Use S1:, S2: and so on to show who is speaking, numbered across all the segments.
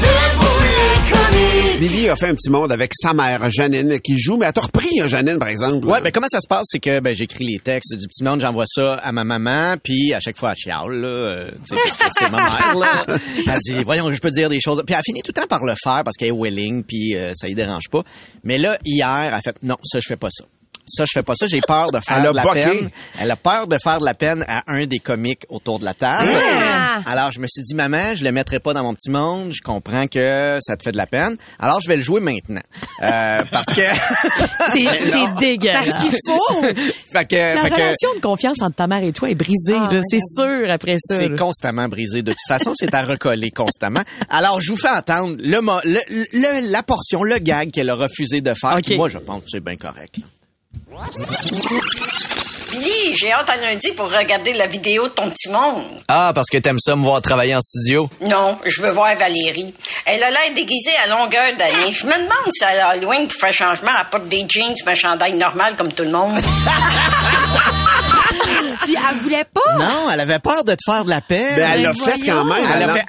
S1: debout les comiques.
S2: Billy a fait un petit monde avec sa mère, Janine, qui joue, mais elle t'a repris, hein, Janine, par exemple.
S3: Ouais, mais comment ça se passe, c'est que ben, j'écris les textes du petit monde, j'envoie ça à ma maman, puis à chaque fois, elle chiale, là, euh, tu sais, parce que c'est ma mère, là. Elle dit, voyons, je peux dire des choses. Puis elle finit tout le temps par le faire, parce qu'elle est willing, puis euh, ça y dérange pas. Mais là, hier, elle a fait, non, ça, je fais pas ça. Ça, je fais pas ça, j'ai peur de faire
S2: Elle a
S3: de la
S2: boqué.
S3: peine. Elle a peur de faire de la peine à un des comiques autour de la table. Alors, je me suis dit, maman, je le mettrai pas dans mon petit monde. Je comprends que ça te fait de la peine. Alors, je vais le jouer maintenant. Euh, parce que...
S4: T'es t'es dégueulasse.
S5: Parce qu'il faut.
S3: fait que,
S4: La
S3: fait que- ben,
S4: relation de confiance entre ta mère et toi est brisée,
S5: Ah,
S4: là,
S5: ouais,
S4: c'est sûr après ça.
S3: C'est
S4: là.
S3: constamment brisé. De toute façon, c'est à recoller constamment. Alors, je vous fais entendre le, mo- le, le- la portion, le gag qu'elle a refusé de faire.
S4: OK.
S3: qui, Moi, je pense que c'est bien correct. là.
S6: Billy, j'ai hâte à lundi pour regarder la vidéo de ton petit monde.
S7: Ah, parce que t'aimes ça me voir travailler en studio?
S6: Non, je veux voir Valérie. Elle a l'air déguisée à longueur d'année. Je me demande si elle a Halloween pour faire changement, elle porte des jeans, un chandail normal comme tout le monde.
S5: Puis elle voulait pas.
S3: Non, elle avait peur de te faire de la peine.
S2: Ben, elle l'a fait quand même.
S3: Elle l'a fait.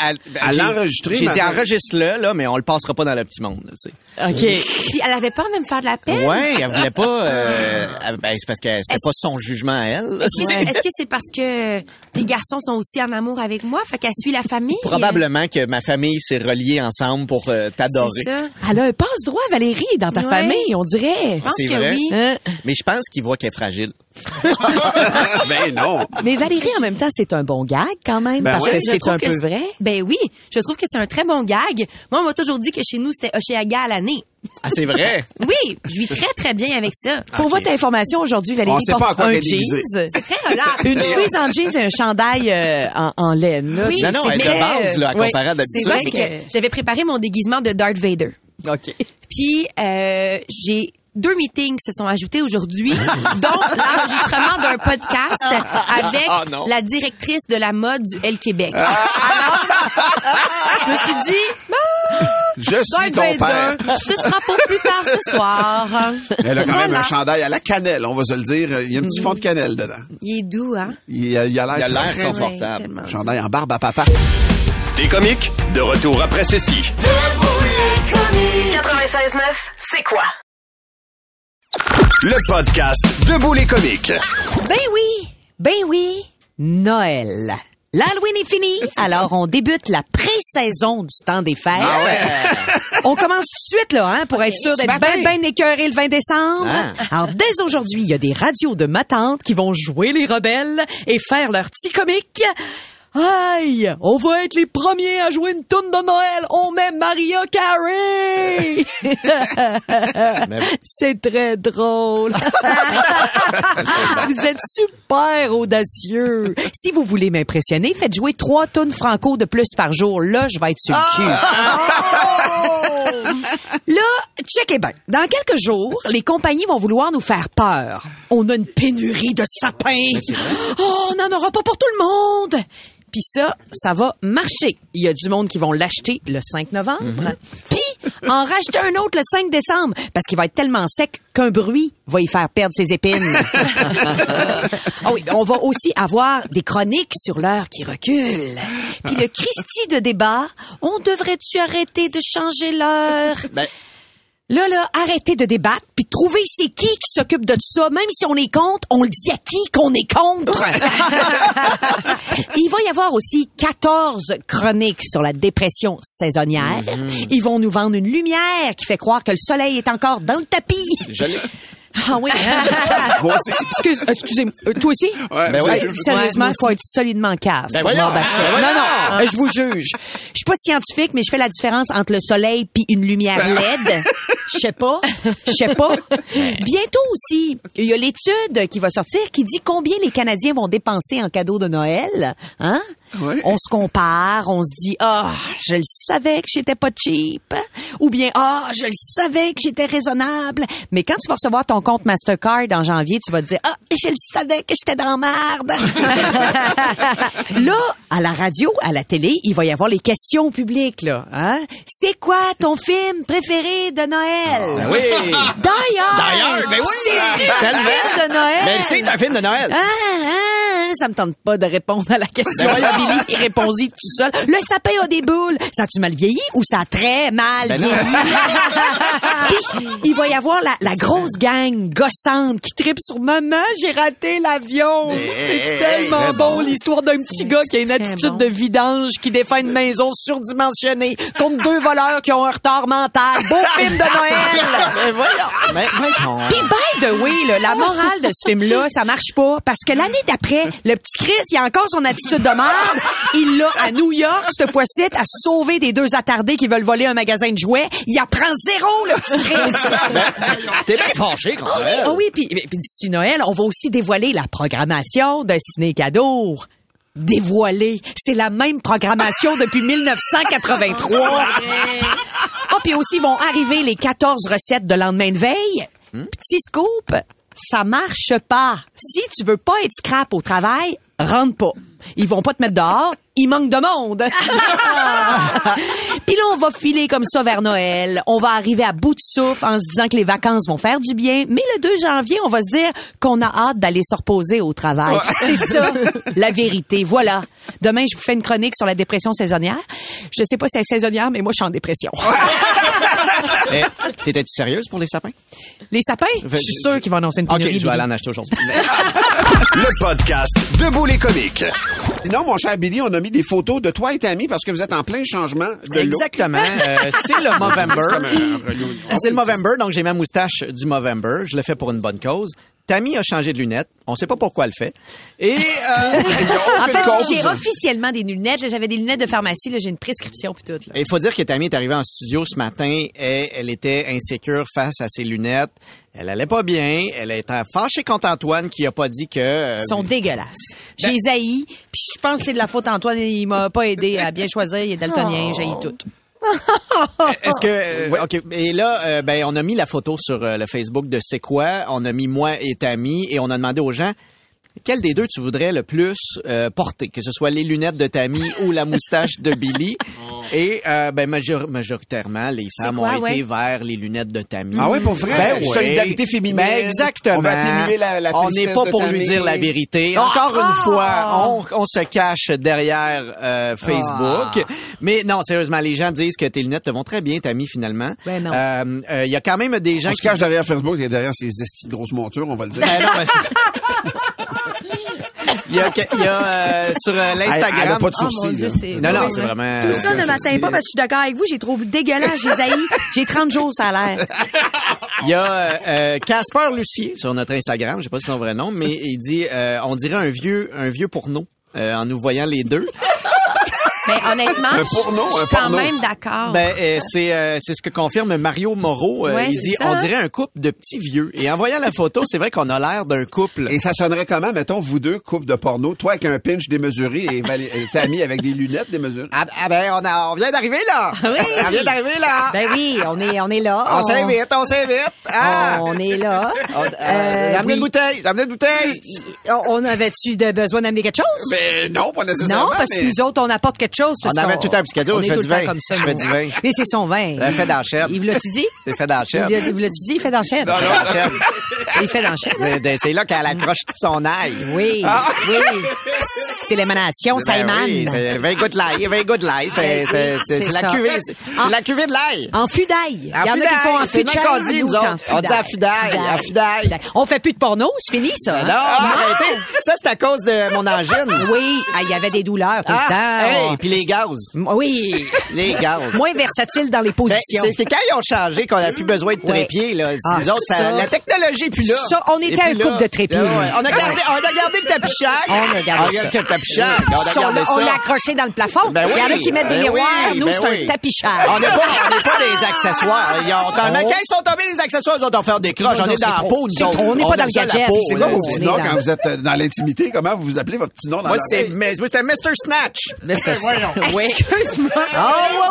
S2: elle
S3: j'ai-
S2: l'a enregistré.
S3: J'ai
S2: mais-
S3: dit enregistre-le, là, mais on le passera pas dans le petit monde. là, tu sais.
S4: OK.
S5: Puis elle avait peur de me faire de la peine.
S3: Ouais, elle voulait pas. euh, elle- ben, c'est parce que c'était
S5: Ben Est-ce-
S3: pas son jugement à elle. là.
S5: Est-ce que- Est-ce que c'est parce que tes garçons sont aussi en amour avec moi? Fait qu'elle suit la famille? euh,
S3: Probablement que ma famille s'est reliée ensemble pour euh, t'adorer.
S5: C'est ça.
S4: Elle a un passe-droit, Valérie, dans ta
S5: Ouais.
S4: famille, on dirait.
S5: Je pense
S3: C'est
S5: que
S3: vrai?
S5: oui.
S4: Hein?
S3: Mais je pense qu'il voit qu'elle est fragile.
S2: ben non.
S4: Mais Valérie, en même temps, c'est un bon gag quand même,
S2: Ben
S4: parce
S2: ouais.
S4: que
S5: Je
S4: c'est
S5: trouve
S4: un
S5: que
S4: peu
S5: c'est-
S4: vrai.
S5: Ben oui, je trouve que c'est un très bon gag. Moi, on m'a toujours dit que chez nous, c'était Oshéaga à l'année.
S3: Ah, c'est vrai.
S5: Oui, je vis très, très bien avec ça.
S4: Pour votre information, aujourd'hui, Valérie
S2: On sait
S4: porte
S2: pas à quoi
S4: un
S2: elle
S4: jeans,
S2: est déguisée.
S5: C'est très relax.
S4: une chemise en jeans et un chandail euh, en, en laine. Là.
S5: Oui,
S4: C'est-
S3: non, non,
S4: c'est
S3: elle est
S4: vrai,
S3: de base, là, à
S4: ouais.
S3: comparer à
S5: C'est
S3: d'habitude.
S5: vrai, c'est que j'avais préparé mon déguisement de Darth Vader.
S4: OK.
S5: Puis euh, j'ai deux meetings se sont ajoutés aujourd'hui, dont l'enregistrement d'un podcast avec
S3: Ah, non.
S5: la directrice de la mode du L Québec. Alors, je me suis dit,
S2: Je suis
S5: Darth
S2: ton père.
S5: Vader, ce sera pour plus tard ce soir.
S2: Elle a quand même
S5: Voilà.
S2: un chandail à la cannelle, on va se le dire. Il y a un petit fond de cannelle dedans.
S5: Il est doux, hein?
S2: Il a il a
S3: Il a
S2: l'air...
S3: l'air
S2: très-
S5: Ouais,
S3: confortable.
S5: tellement.
S2: Chandail en barbe à papa.
S8: Des comiques, de retour après ceci.
S9: 96.9, c'est quoi?
S8: Le podcast Debout les comiques.
S5: Ben oui, ben oui.
S4: Noël. L'Halloween est fini, alors on débute la pré-saison du temps des fêtes. on commence tout de suite là, hein, pour être sûr d'être bien ben écœuré le 20 décembre. Alors dès aujourd'hui, il y a des radios de ma tante qui vont jouer les rebelles et faire leur petit comique. Aïe, on va être les premiers à jouer une tourne de Noël. On met Maria Carey. C'est très drôle. vous êtes super audacieux. Si vous voulez m'impressionner, faites jouer trois tonnes franco de plus par jour. Là, je vais être sur le cul. Là, check et bien. Dans quelques jours, les compagnies vont vouloir nous faire peur. On a une pénurie de sapins. Oh, on n'en aura pas pour tout le monde. Puis ça, ça va marcher. Il y a du monde qui vont l'acheter le 5 novembre. Puis en racheter un autre le 5 décembre parce qu'il va être tellement sec qu'un bruit va y faire perdre ses épines. Ah oui, on va aussi avoir des chroniques sur l'heure qui recule. Puis le Christie de débat, on devrait-tu arrêter de changer l'heure?
S3: Ben,
S4: Là, là, arrêtez de débattre, puis trouvez c'est qui qui s'occupe de tout ça. Même si on les compte, on le dit à qui qu'on est contre. Il va y avoir aussi 14 chroniques sur la dépression saisonnière. Ils vont nous vendre une lumière qui fait croire que le soleil est encore dans le tapis.
S3: je l'ai.
S4: Ah oui.
S2: Moi aussi.
S4: Excuse, excusez-moi. Euh, toi aussi? Euh,
S2: Ouais,
S3: Ben
S2: je-
S3: ouais.
S2: je-
S4: Sérieusement, il faut être solidement cave.
S3: Ben voyons.
S4: Bon, ben ça. non, non, euh, je vous juge. Je suis pas scientifique, mais je fais la différence entre le soleil puis une lumière LED. Je sais pas, je sais pas. Bientôt aussi, il y a l'étude qui va sortir qui dit combien les Canadiens vont dépenser en cadeaux de Noël, hein?
S2: Ouais.
S4: On se compare, on se dit ah, je le savais que j'étais pas cheap ou bien ah, je le savais que j'étais raisonnable. Mais quand tu vas recevoir ton compte Mastercard en janvier, tu vas te dire ah, je le savais que j'étais dans la merde. là, à la radio, à la télé, il va y avoir les questions au public là, hein? C'est quoi ton film préféré de Noël
S3: Ben oui!
S4: D'ailleurs,
S3: D'ailleurs, ben oui!
S4: Ah! c'est un
S3: Tellement.
S4: film de Noël.
S3: Ben, c'est un film de Noël.
S4: Ah, ah, ça me tente pas de répondre à la question.
S3: Ben,
S4: Là, Billy, il répondit tout seul. Le sapin a des boules. Ça a-tu mal vieilli ou ça a très mal
S3: Ben non.
S4: vieilli? Puis, il va y avoir la, la grosse gang gossante qui tripe sur maman, j'ai raté l'avion.
S3: Ben,
S4: C'est tellement bon, l'histoire d'un petit gars qui a une
S5: très
S4: attitude
S5: bon.
S4: de vidange, qui défend une maison surdimensionnée contre deux voleurs qui ont un retard mental. Beau film de Noël!
S3: Ben, voyons. Ben, voyons.
S4: Puis by the way, là, la morale de ce film-là, ça marche pas parce que l'année d'après, le petit Chris, il a encore son attitude de merde. Il l'a à New York, cette fois-ci, à sauver des deux attardés qui veulent voler un magasin de jouets. Il apprend zéro, le petit Chris.
S3: T'es bien fâché quand même.
S4: Ah oui, puis puis d'ici Noël, on va aussi dévoiler la programmation de Ciné Cadeau. Dévoiler, c'est la même programmation depuis 1983. Ah, puis aussi vont arriver les 14 recettes de lendemain de veille. Petit scoop, ça marche pas. Si tu veux pas être scrap au travail, rentre pas. Ils vont pas te mettre dehors, il manque de monde. Puis là, on va filer comme ça vers Noël. On va arriver à bout de souffle en se disant que les vacances vont faire du bien. Mais le 2 janvier, on va se dire qu'on a hâte d'aller se reposer au travail. C'est ça, la vérité. Voilà. Demain, je vous fais une chronique sur la dépression saisonnière. Je sais pas si elle est saisonnière, mais moi, je suis en dépression.
S3: Eh, T'étais-tu sérieuse pour les sapins?
S4: Les sapins, je suis sûr qu'ils vont annoncer une
S3: OK,
S4: pénurie.
S3: je vais aller en acheter aujourd'hui.
S8: Le podcast Debout les comiques.
S2: Non, mon cher Billy, on a mis des photos de toi et ta amie parce que vous êtes en plein changement de look.
S3: Exactement. Euh, c'est le Movember. Ah, C'est le Movember, donc j'ai ma moustache du Movember. Je le fais pour une bonne cause. Tammy a changé de lunettes. On sait pas pourquoi elle le fait. Et euh,
S4: En fait,
S3: cause.
S4: j'ai officiellement des lunettes. là. J'avais des lunettes de pharmacie. là. J'ai une prescription puis tout. là.
S3: il faut dire que Tammy est arrivée en studio ce matin et elle était insécure face à ses lunettes. Elle allait pas bien. Elle était fâchée contre Antoine qui a pas dit que. euh,
S4: Ils sont dégueulasses. J'ai haï, puis je pense que c'est de la faute Antoine. Il m'a pas aidé à bien choisir. Il est daltonien, j'ai tout. Ah.
S3: Est-ce que euh, ok et là euh, ben on a mis la photo sur euh, le Facebook de c'est quoi on a mis moi et Tammy et on a demandé aux gens quel des deux tu voudrais le plus euh, porter que ce soit les lunettes de Tammy ou la moustache de Billy et euh, ben major- majoritairement les femmes
S4: Oh. quoi,
S3: ont
S4: ouais?
S3: été vers les lunettes de Tammy
S2: Ah ouais, pour vrai?
S3: Ben ouais.
S2: Solidarité féminine.
S3: Ben exactement
S2: On va atténuer la- la
S3: on
S2: tristesse
S3: n'est pas
S2: de
S3: pour lui
S2: Tammy.
S3: dire la vérité
S4: Ah!
S3: encore une fois on, on se cache derrière euh, Facebook
S4: Ah!
S3: mais non, sérieusement, les gens disent que tes lunettes te vont très bien, Tammy, finalement.
S4: Ben non.
S3: Euh, euh, Il y a quand même des gens
S2: On se
S3: qui...
S2: cache derrière Facebook et derrière ces estis de grosses montures, on va le dire.
S3: Ben non, ben c'est- Il y a, que- il y a, euh, sur euh, l'Instagram...
S2: Elle- elle a pas de
S4: Oh,
S2: sourcils.
S4: mon Dieu,
S2: là.
S4: c'est-
S3: Non, non, c'est vraiment...
S4: Tout ça
S2: euh,
S4: ne m'atteint pas parce que je suis d'accord avec vous. J'ai trouvé dégueulasse, j'ai haï. J'ai 30 jours salaire.
S3: Il y a euh, euh, Casper Lucier sur notre Instagram, je sais pas si c'est son vrai nom, mais il dit euh, on dirait un vieux un vieux porno euh, en nous voyant les deux.
S5: Mais honnêtement,
S2: Un
S5: je-
S2: porno,
S5: je
S2: un
S5: suis quand
S2: porno.
S5: même
S4: Ah.
S5: d'accord.
S3: Ben euh, c'est euh, c'est ce que confirme Mario Moreau, Euh,
S5: Ouais,
S3: il
S5: c'est
S3: dit
S5: ça.
S3: on dirait un couple de petits vieux et en voyant la photo, c'est vrai qu'on a l'air d'un couple.
S2: Et ça sonnerait comment, mettons, vous deux, couple de porno, toi avec un pinch démesuré et, Valé- et Tammy avec des lunettes démesurées?
S3: Ah, ah ben, on, a- on vient d'arriver là! Oui! On vient d'arriver là!
S4: Ah Ben oui, on est, on est là.
S3: on s'invite, on s'invite! Ah!
S4: On est là.
S3: On- euh,
S4: Euh,
S3: j'ai amené une
S4: oui.
S3: bouteille! j'ai amené une bouteille!
S4: On- On avait-tu de besoin d'amener quelque chose?
S3: Ben,
S2: Mais non, pas nécessairement.
S4: non, parce que
S2: mais-
S4: nous autres, on apporte quelque chose. parce
S3: On avait
S4: qu'on-
S3: tout un petit
S4: on
S3: cadeau, je
S4: est
S3: fais
S4: tout
S3: du
S4: le temps
S3: vin,
S4: Comme ça,
S3: je fais
S4: nous. hein.
S3: du vin.
S4: Mais c'est son vin.
S3: Un fait d'enchère.
S4: Il vous l'a-tu dit?
S3: C'est fait d'enchère.
S4: Il vous l'a-tu dit? Il fait d'enchère.
S3: Fait d'enchère.
S4: Il fait d'enchère.
S3: Mais, ben, C'est là qu'elle accroche tout son ail.
S4: Oui, oui. C'est l'émanation, ça
S3: Ah. Ben
S4: émane. Ben,
S3: oui, c'est 20 gouttes de l'ail, 20 gouttes de l'ail. C'est c'est- c'est-
S4: C'est
S3: c'est la
S4: ça. Ah.
S3: cuvée, c'est c'est la cuvée de l'ail.
S4: En fudaille. Il y en
S3: En
S4: a qui
S3: fudaille,
S4: font en
S3: c'est
S4: fudaille.
S3: même qu'on dit,
S4: Nous,
S3: nous
S4: c'est en
S3: autres. On dit en fudaille, en fudaille.
S4: On fait plus de porno, c'est fini ça.
S3: Non,
S4: hein?
S3: arrêtez. Ça, c'est à cause de mon angine.
S4: Oui, ah, il y avait des douleurs tout
S3: Ah, hey,
S4: le temps.
S3: puis les gaz.
S4: Oui.
S3: Les gaz.
S4: Moins versatile dans les
S3: Ben,
S4: positions.
S3: c'est c'est quand ils ont changé qu'on a plus besoin de trépieds. Là.
S4: Ah,
S3: Nous autres, ça-
S4: ça-
S3: la technologie est plus là.
S4: Ça, on
S3: Et
S4: était
S3: puis
S4: un couple
S3: là-
S4: de trépieds.
S3: Ah ouais. On, a gardé, on a gardé le tapis chag.
S4: On a gardé
S3: On a
S4: ça.
S3: le tapis chag. On a
S4: Ça, on
S3: gardé
S4: l'a-
S3: ça.
S4: on l'a accroché dans le plafond.
S3: Ben oui,
S4: il y en a qui mettent des
S3: ben
S4: miroirs.
S3: oui,
S4: Nous,
S3: ben
S4: c'est
S3: oui.
S4: un tapis cher.
S3: On n'est pas, on n'est pas des des accessoires. Ils ont- Mais quand ils sont tombés des accessoires, ils ont dû faire des croches.
S4: Oh. Non,
S3: J'en
S4: non,
S3: ai
S4: c'est
S3: dans la
S4: trop.
S3: peau, nous
S4: C'est
S3: autres.
S4: trop. On n'est pas
S3: aime
S4: dans le
S3: ça, la
S4: gadget.
S3: peau,
S4: C'est
S3: là.
S4: quoi
S2: Vos
S4: on
S2: petits
S4: est
S2: noms,
S4: dans-
S2: quand vous êtes euh, dans l'intimité, comment vous vous appelez votre petit nom dans
S3: Moi, c'est,
S2: l'oreille?
S3: mais- moi, c'était Mr. Snatch. Mr.
S5: Ah,
S3: Snatch. Oui.
S5: Excuse-moi.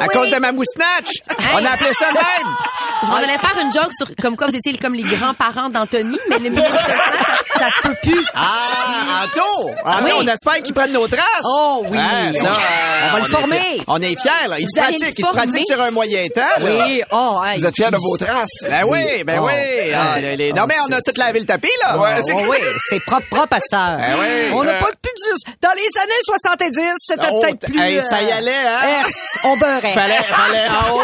S3: À cause de ma moustache. On a appelé ça de même.
S5: On
S4: Ah,
S5: allait faire une joke sur comme quoi vous étiez comme les grands-parents d'Anthony, mais les ministres, ça, ça se peut plus.
S3: Ah, Anto! Anto,
S4: Oui.
S3: on espère qu'ils prennent nos traces.
S4: Oh, oui.
S3: Ouais, ça,
S4: On- on va le
S3: est
S4: former.
S3: fiers. on est fiers, là. Ils se
S5: allez le
S3: pratiquent. Ils se
S5: former.
S3: pratiquent sur un moyen temps, là.
S4: Oui, oh, hey.
S2: Vous êtes fiers de vos traces?
S3: Ben oui, ben
S4: Oh.
S3: oui. Ah, les- les- Non, mais on a toute la ville tapée, là.
S2: Ouais, c'est-
S4: Oh oui, c'est propre, propre à cette heure.
S3: Eh oui,
S4: on n'a
S3: euh,
S4: pas pu dire... Dans les années 70, c'était
S3: Oh,
S4: peut-être plus...
S3: hey, ça y allait, hein?
S4: Yes, on beurrait.
S3: Fallait, fallait, ah ouais.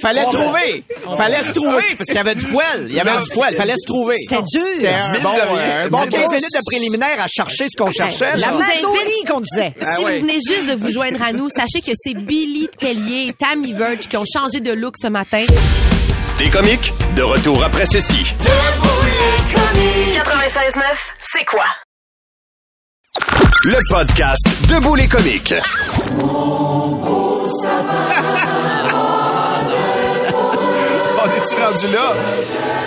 S3: Fallait
S4: Oh,
S3: trouver. Fallait
S4: ben,
S3: se trourouver, parce qu'il y avait du poil. Il y avait du poil. Fallait se trouver.
S4: C'était dur.
S3: C'était un
S2: Mine
S3: bon,
S2: de rien.
S3: euh, un bon
S2: Mine de
S3: 15
S2: rien.
S3: minutes de préliminaire à chercher ce qu'on cherchait,
S4: La
S3: là.
S5: vous invite-
S4: mazonie qu'on disait.
S5: Si
S3: Ah oui.
S5: vous venez juste de vous joindre à nous, sachez que c'est Billy Tellier et Tammy Verge qui ont changé de look ce matin.
S8: Des comiques, de retour après ceci.
S9: 96.9, c'est quoi?
S8: Le podcast Debout les comiques.
S2: On est-tu rendu là?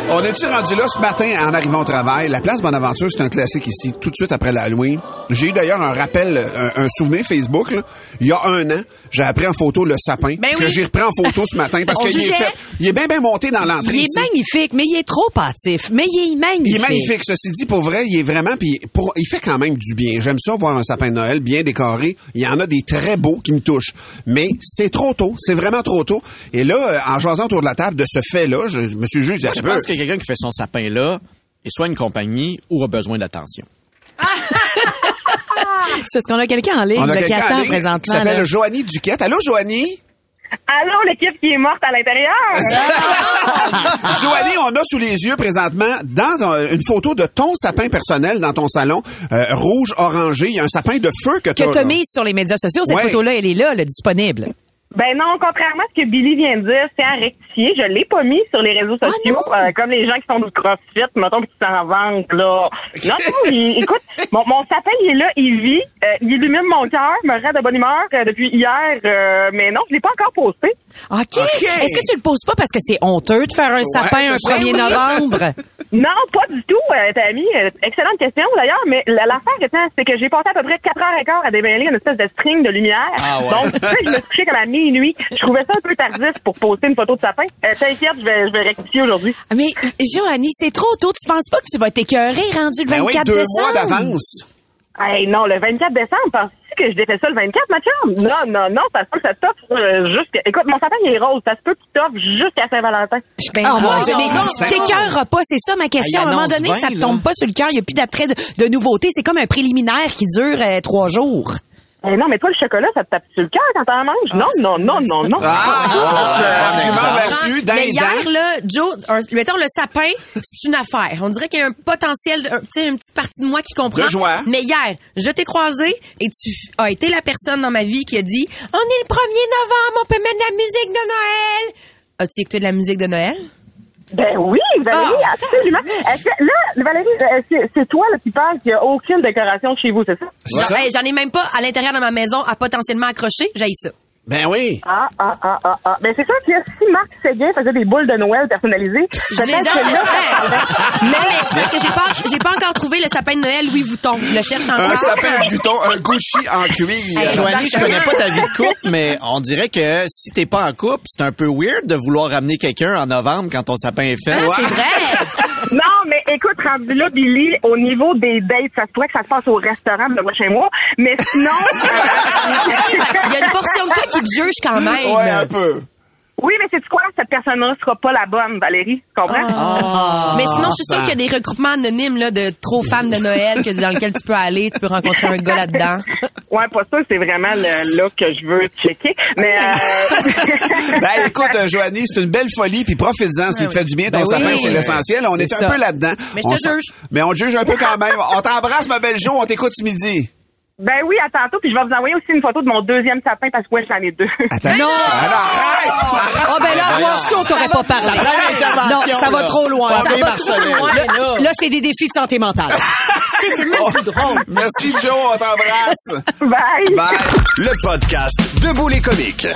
S2: On est-tu rendu là ce matin en arrivant au travail? La place Bonaventure, c'est un classique ici, tout de suite après la Halloween. J'ai eu d'ailleurs un rappel, un, un souvenir Facebook, là. il y a un an. J'ai appris en photo le sapin
S5: Ben
S2: que
S5: oui.
S2: j'ai repris en photo ce matin parce
S4: On
S2: qu'il est
S4: jugeait.
S2: fait. Il est bien, bien monté dans l'entrée.
S4: Il est
S2: ici.
S4: magnifique, mais il est trop hâtif. Mais il est magnifique.
S2: Ah, Il est magnifique. Ceci dit, pour vrai, il est vraiment, puis pour, il fait quand même du bien. J'aime ça voir un sapin de Noël bien décoré. Il y en a des très beaux qui me touchent. Mais c'est trop tôt. C'est vraiment trop tôt. Et là, euh, en jasant autour de la table de ce fait-là, je me suis juste dit,
S3: Je
S2: attends un peu.
S3: pense que quelqu'un qui fait son sapin là est soit une compagnie ou a besoin d'attention.
S4: C'est ce qu'on a quelqu'un en ligne
S2: on a
S4: là, qui
S2: quelqu'un en
S4: attend
S2: ligne qui
S4: présentement.
S2: s'appelle
S4: là.
S2: Joanie Duquette. Allô, Joanie?
S9: Allô, l'équipe qui est morte à l'intérieur!
S2: Joanie, on a sous les yeux présentement dans ton- une photo de ton sapin personnel dans ton salon, euh, rouge orangé. Il y a un sapin de feu que tu
S4: Que t'as mise sur les médias sociaux, cette
S2: Ouais.
S4: photo-là, elle est là, là, disponible.
S9: ben non, contrairement à ce que Billy vient de dire, c'est à rectifier. Je l'ai pas mis sur les réseaux sociaux, euh, comme les gens qui font du crossfit, mettons, qui s'en vantent, là. Non, non, il- écoute, mon, mon sapin, il est là, il vit, euh, il illumine mon cœur, me rend de bonne humeur euh, depuis hier, euh, mais non, je l'ai pas encore posté.
S4: OK. Est-ce que tu le poses pas parce que c'est honteux de faire un sapin un
S2: c'est ça.
S5: Ben
S4: 1er novembre?
S9: Non, pas du tout, euh, Tammy. Euh, Excellente question, d'ailleurs, mais la- l'affaire étant, c'est que j'ai passé à peu près 4 heures et quart à démêler une espèce de string de lumière. Donc, tu sais, je me suis couchée comme à minuit. Je trouvais ça un peu tardif pour poster une photo de sapin. Euh, T'inquiète, je vais, je vais rectifier aujourd'hui.
S4: Mais, Joanie, c'est trop tôt. Tu penses pas que tu vas t'écœurer rendu le 24
S2: Ben oui, deux mois
S4: décembre?
S2: d'avance.
S9: Hey, non, le 24 décembre, penses-tu que je défais ça le 24, ma chum? Non, non, non, ça se peut que ça toffe euh, jusqu'à... Écoute, mon sapin, il est rose. Ça se peut qu'il toffe jusqu'à Saint-Valentin.
S4: Je-
S5: Ah,
S2: Ah,
S4: Ben, mon Dieu, mais non, tu t'écœureras pas, c'est ça ma question. À
S3: Ah, il
S4: un moment
S3: annonce
S4: donné,
S3: 20,
S4: ça te
S3: là.
S4: tombe pas sur le cœur. Il n'y a plus d'attrait de, de nouveauté. C'est comme un préliminaire qui dure euh, trois jours.
S9: Eh non, mais toi, le chocolat, ça te tape sur le cœur quand t'en manges? Non, non, non,
S5: Oh,
S9: non, non.
S2: Ah, Argument reçu,
S5: Mais
S2: dindin.
S5: hier, là, Joe, un- mettons, le sapin, c'est une affaire. On dirait qu'il y a un potentiel, un- tu sais, une petite partie de moi qui comprend.
S2: De joie.
S5: Mais hier, je t'ai croisé et tu as été la personne dans ma vie qui a dit, on est le 1er novembre, on peut mettre de la musique de Noël. As-tu écouté de la musique de Noël?
S9: Ben oui, Valérie,
S5: Ah,
S9: absolument. Est-ce que- là, Valérie, euh, c'est- c'est toi là, qui parles qu'il n'y a aucune décoration chez vous, c'est ça?
S2: C'est ça?
S5: Non, hey, Ben, J'en ai même pas à l'intérieur de ma maison à potentiellement accrocher. J'ai ça.
S2: Ben oui.
S9: Ah, ah, ah, ah, ah. Ben c'est sûr que si Marc Séguin faisait des boules de Noël personnalisées,
S5: Je les
S9: peut-être que là-
S5: achèterais. Non, mais c'est parce que j'ai pas, j'ai pas encore trouvé le sapin de Noël Louis Vuitton. Je le cherche encore.
S4: Ah.
S2: Un sapin à bouton, un Gucci en cuir.
S3: Joanie, je connais pas ta vie de couple, mais on dirait que si t'es pas en couple, c'est un peu weird de vouloir ramener quelqu'un en novembre quand ton sapin est fait.
S5: C'est vrai.
S9: Non, mais écoute, rendu là, Billy, au niveau des dates, ça se pourrait que ça se passe au restaurant le prochain mois, mais sinon... euh,
S5: Il y a une portion de toi qui te juge quand même.
S2: Ouais, un peu.
S9: Oui, mais c'est quoi? Cette personne-là sera pas la bonne, Valérie. Tu comprends?
S5: Ah. Mais sinon, je suis sûre qu'il y a des regroupements anonymes là, de trop fans de Noël que, dans lesquels tu peux aller, tu peux rencontrer un gars là-dedans.
S9: Ouais, pas ça, c'est vraiment le look que je veux checker. Mais euh,
S2: Ben, écoute, euh, Joanie, c'est une belle folie, puis profites-en si te fait du bien
S4: Ben
S2: ton
S4: oui.
S2: sapin, c'est l'essentiel. On
S4: C'est
S2: est, un
S4: ça.
S2: peu là-dedans.
S5: Mais je
S2: On
S5: te
S2: s'en-
S5: juge.
S2: Mais on te juge un peu quand même. On t'embrasse, ma belle Jo, on t'écoute ce midi.
S9: ben oui, à tantôt, puis je vais vous envoyer aussi une photo de mon deuxième sapin parce que ouais, j'en ai deux.
S2: Attends. ben Non! Alors, arrête!
S4: Ah ben là, moi aussi, on t'aurait pas parlé.
S3: prend une intervention,
S4: non, ça va
S3: là.
S4: trop loin.
S3: Pas
S4: Ça
S3: bien
S4: va trop
S3: Marcelin.
S4: loin. Là, là, c'est des défis de santé mentale.
S5: Tu sais, c'est même plus drôle.
S2: Merci, Jo, on t'embrasse.
S9: Bye.
S2: Bye.
S8: Le podcast Debout les comiques.